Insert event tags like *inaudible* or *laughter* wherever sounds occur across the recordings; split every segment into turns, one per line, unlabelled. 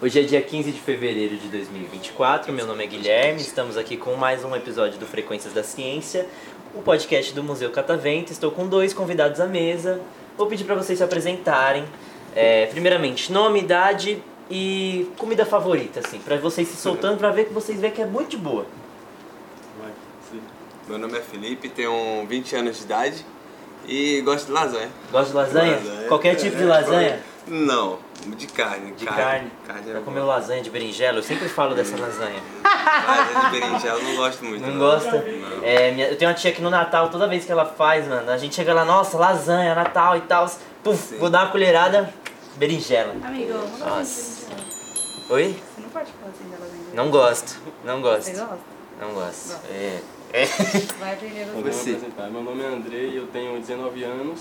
Hoje é dia 15 de fevereiro de 2024. Meu nome é Guilherme. Estamos aqui com mais um episódio do Frequências da Ciência, o podcast do Museu Catavento. Estou com dois convidados à mesa. Vou pedir para vocês se apresentarem. É, primeiramente, nome, idade e comida favorita, assim, para vocês se soltando, para ver que vocês veem que é muito de boa.
Meu nome é Felipe, tenho 20 anos de idade e gosto de lasanha.
Gosta de lasanha?
Lasanha. é,
Qualquer tipo de lasanha?
Não, de carne.
De carne.
Carne
Já
é
comeu
bom.
lasanha de berinjela? Eu sempre falo dessa lasanha.
Mas de berinjela é eu não gosto muito.
Não gosta?
Não.
É, minha- eu tenho uma tia que no Natal, toda vez que ela faz, mano, a gente chega lá, nossa, lasanha, Natal e tal. Puf,
Sim.
vou dar uma colherada, berinjela.
Amigo, eu não gosto
Nossa.
de berinjela.
Oi?
Você não pode falar assim dela berinjela.
Não gosto, não
Você
gosto,
gosta?
não gosto.
Não.
É.
Vai aprender você.
Bom, vou
Você.
me apresentar. Meu nome é Andrei, eu tenho 19 anos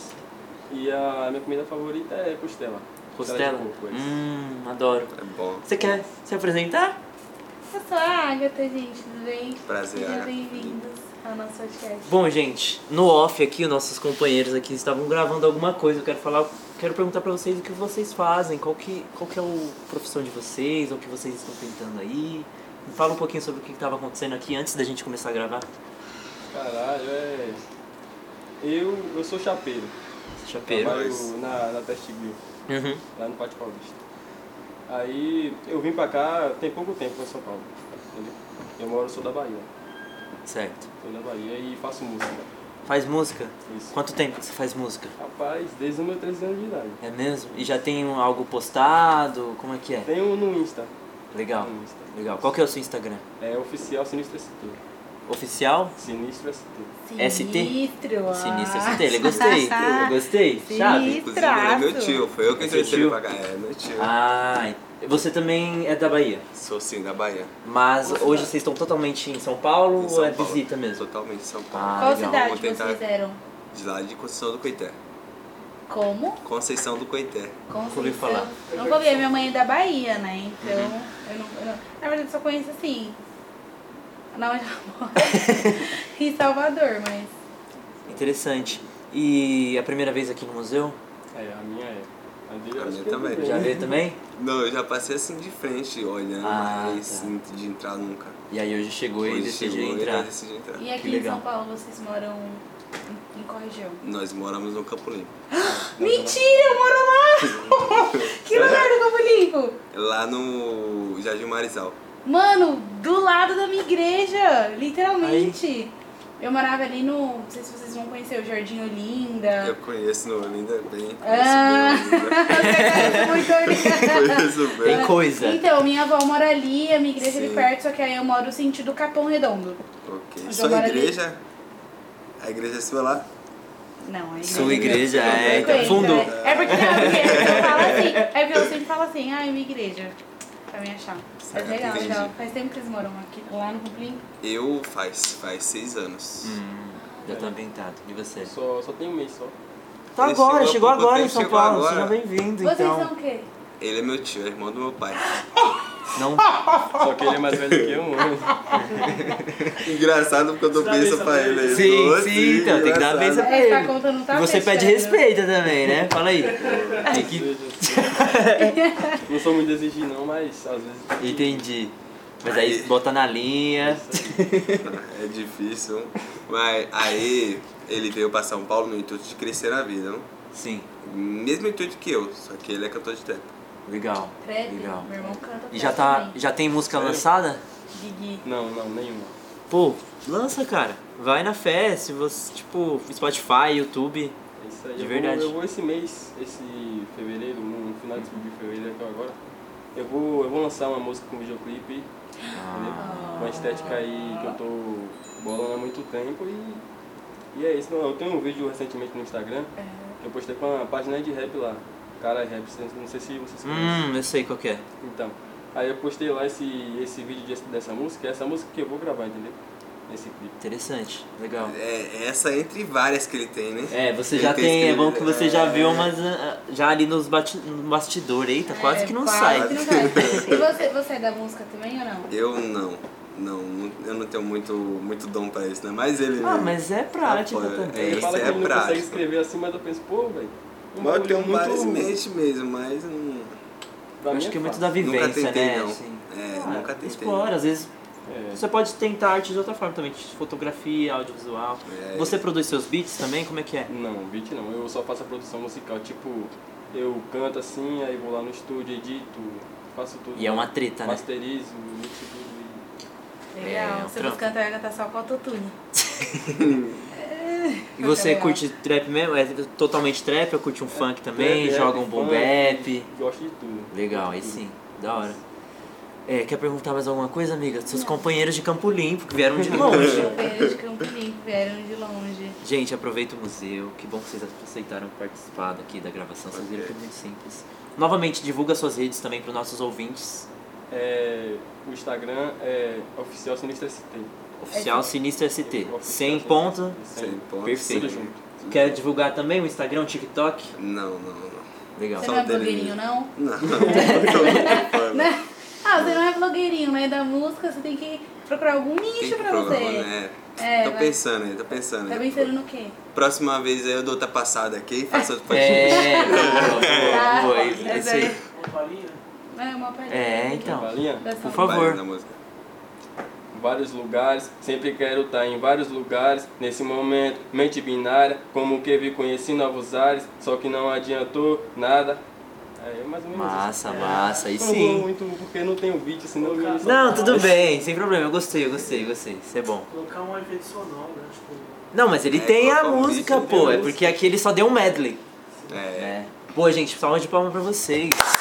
e a minha comida favorita é costela.
Costela?
de porco, é.
Hum, adoro.
É bom.
Você quer se apresentar?
Eu sou a Agatha, gente, tudo bem?
Prazer,
Sejam
Agatha.
bem-vindos ao nosso podcast.
Bom, gente, no off aqui, os nossos companheiros aqui estavam gravando alguma coisa. Eu quero falar, quero perguntar pra vocês o que vocês fazem, qual que, qual que é o- a profissão de vocês, ou o que vocês estão tentando aí. Me Fala um pouquinho sobre o que estava acontecendo aqui antes da gente começar a gravar. Hum.
Caralho, é. Eu, eu sou chapeiro.
Chapeiro.
Trabalho na, na Test Grill,
Uhum.
lá no Pátio Paulista. Aí eu vim pra cá tem pouco tempo em São Paulo. Entendeu? Eu moro, sou da Bahia.
Certo.
Sou da Bahia e faço música. é
Faz música?
Isso.
Quanto tempo que você faz música?
Rapaz, desde os meus 13 anos de idade.
É mesmo? E já tem um- algo postado? Como é que é?
Tenho um no Insta.
Legal.
Uhum.
No Insta.
Legal. Qual que é o seu Instagram?
É oficial Sinistro ST.
Oficial?
Sinistro ST.
ST?
Sinistro.
é Sinistro ST. é Gostei. Gostei. Chave.
Tá, Sinistro.
Inclusive, ele é meu tio. Foi eu que
É seu
entrevistei
tio?
ele pra cá. É, meu tio.
Ah, você também é da Bahia?
Sou sim, da Bahia.
Mas hoje vocês estão totalmente em São Paulo
Em
ou
São
é
Paulo.
visita mesmo?
Totalmente de São
Ah,
Paulo.
Qual
legal.
cidade
Vamos tentar.
vocês é? eram?
De lá de Conceição do Coité.
Como?
Conceição do Coité.
Conceição.
ouvi falar. Uhum.
Nunca ouvi. A minha mãe é da Bahia, né? Então, eu, não, eu não- Na verdade, eu só conheço assim. Na onde ela
*laughs*
mora. em Salvador, mas.
Interessante. E é a primeira vez aqui no museu?
É, a minha é. A dele
A
eu acho
minha
que é
também.
bem.
Já veio também?
Não, eu já passei assim de frente, olhando,
Ah,
mas
tá.
não de entrar nunca.
E aí hoje chegou e
Hoje
decidiu
chegou,
entrar.
eu decidi entrar.
E aqui em
Ah, legal.
São Paulo vocês moram em, em qual região?
Nós moramos no Campo Limpo.
Mentira, eu moro
*laughs*
lá! que lugar do Campo Limpo?
É Lá no Jardim Marizal.
Mano, do lado da minha igreja, literalmente. Eu morava ali no. Não sei se vocês vão conhecer o Jardim
Eu
É.
Olinda.
conheço no Olinda bem. Conheço
Ah.
bem o
*laughs*
Olinda.
Muito obrigada.
Conheço bem.
*laughs*
Tem coisa.
Então, minha avó mora ali, a minha igreja é ali
Sim.
perto, só que aí eu moro no sentido Capão Redondo.
Ok.
Eu
Sua
moro ali.
igreja? A igreja é sua lá?
Não, a igreja.
Sua igreja
que eu
é, então,
frequento,
fundou.
É, É porque, não, porque eu falo assim, é porque eu sempre falo assim, ai, minha igreja. Pra me achar. Mas
Certo,
legal,
entendi.
legal. Faz tempo que vocês moram aqui, lá no Cumplim.
Eu faz, faz seis anos.
Hum, já tô ambientado. E você?
Só, só tem um mês só.
Tá
Ele
agora,
chegou há
chegou
pouco
agora em
tempo,
São
chegou
Paulo.
agora.
Seja bem-vindo,
Vocês
então.
são o quê?
Ele é meu tio, é irmão do meu pai. *laughs*
Não.
Tá
Só que ele é mais velho que eu, mano.
Engraçado porque eu dou
Dá benção
bênção pra
pra
ele.
ele.
aí.
Sim,
Ô,
sim, então, tem que dar
engraçado.
bênção pra
É,
ele.
tá contando, não tá
E você pede
fechando. É
respeito também, né? Fala aí. Tem que
Não sou muito exigir não, mas às vezes.
Entendi. né? Mas aí bota na linha.
É difícil. Mas aí ele veio pra São Paulo no intuito de crescer na vida, não?
Sim,
Mesmo intuito que eu, só que ele é cantor de trap.
legal.
Trap,
Legal.
meu irmão canta
E já
trap
tá,
também.
já tem música lançada?
Gigi.
Não, não, nenhuma.
Pô, lança, cara. Vai na fé, se você, tipo, Spotify, YouTube.
É Isso aí.
De
eu
verdade.
Vou, eu vou esse mês, esse fevereiro, no final de de fevereiro até agora, eu vou, eu vou lançar uma música com videoclipe, entendeu? Uma estética aí que eu tô bolando há muito tempo e. E é isso, Não, eu tenho um vídeo recentemente no Instagram, que eu postei com uma página de rap lá. Cara, é rap, não sei se vocês conhecem.
Hum, eu sei qual que é.
Então, aí eu postei lá esse, esse vídeo desse- dessa música, é essa música que eu vou gravar, entendeu? Nesse clipe.
Interessante, legal.
É essa entre várias que ele tem, né?
É, você
Ele
já
tem
tem, é
escrevido-
bom que você já
é.
viu umas ah, já ali nos bati- no bastidor, eita, Tá quase
É,
que não *laughs*
quase
sai.
que não sai. E você, você é da música também ou não?
Eu não. Não, não eu não tenho muito, muito dom pra isso, né? Mas ele.
Ah, mas é prática
Apoio.
também.
Isso
Ele fala
é
que ele não consegue
prático.
escrever assim, mas eu penso, pô, velho. um
Mas eu
bagulho
tenho
muito-
várias mentes mesmo, mas não.
pra mim
Acho
é
que é muito
fácil.
da vivência,
nunca tentei,
né?
não.
assim.
É,
Ah,
nunca tentei.
Explora, às vezes
É.
você pode tentar arte de outra forma também, de fotografia, audiovisual.
É.
Você produz seus beats também? Como é que é?
Não, beat não. Eu só faço a produção musical. Tipo, eu canto assim, aí vou lá no estúdio, edito, faço tudo.
E é uma treta, né?
Masterizo, mixo tudo.
Legal.
É, um
Se
trampo.
você cantar, vai cantar só com autotune.
E você
Legal.
curte trap mesmo? É totalmente trap? Eu curte um funk
É,
também?
Trap,
joga um
rap,
boom
funk,
bap?
Gosto de tudo.
Legal, aí sim. Da hora. É, quer perguntar mais alguma coisa, amiga? Seus companheiros de Campo Limpo que vieram de longe.
*laughs*
Companheiros de Campo Limpo é um vieram de longe.
Gente, aproveita o museu. Que bom que vocês aceitaram participar daqui da gravação. Vocês viram que é muito simples. Novamente, divulga suas redes também para os nossos ouvintes.
É, o Instagram é oficial sinistra ST.
Oficial Sinistro ST. Sem
Oficial Sinistra
ponto.
ST, sem
Sem ponto.
Perfeito.
Tudo
sem-
junto.
Quer divulgar também o Instagram, o TikTok?
Não, não, não.
Legal.
Você
Só
não é
dele
blogueirinho, não?
*laughs*
Não, não, não, não.
Né? Ah, você não é blogueirinho, né? Da música, você tem que procurar algum
Tem que
nicho pra
provar,
você.
né?
É,
tô
vai.
pensando aí, tô pensando
Tá
aí.
pensando no quê?
Próxima vez aí eu dou outra passada aqui e faço outro podcast.
É, boa, boa, boa. É isso aí.
É uma né? palhinha.
É, então.
Balinha?
Da samba.
Por favor.
Vai na música.
vários lugares, sempre quero estar em vários lugares. Nesse momento, mente binária, como que vi conheci novos ares, só que não adiantou nada. É mais ou menos
Massa,
isso.
massa, aí
Não vou
sim.
muito porque não tenho vídeo, senão eu ia só-
Não, tudo bem, sem problema. Eu gostei, eu gostei, eu gostei. Isso é bom.
Colocar um efeito sonoro, né? Tipo,
Não, mas ele
É,
tem a
colocar um
música,
beat,
pô.
tem a
É porque aqui ele só deu um medley.
É.
É. Pô, gente, salva de palmas pra vocês.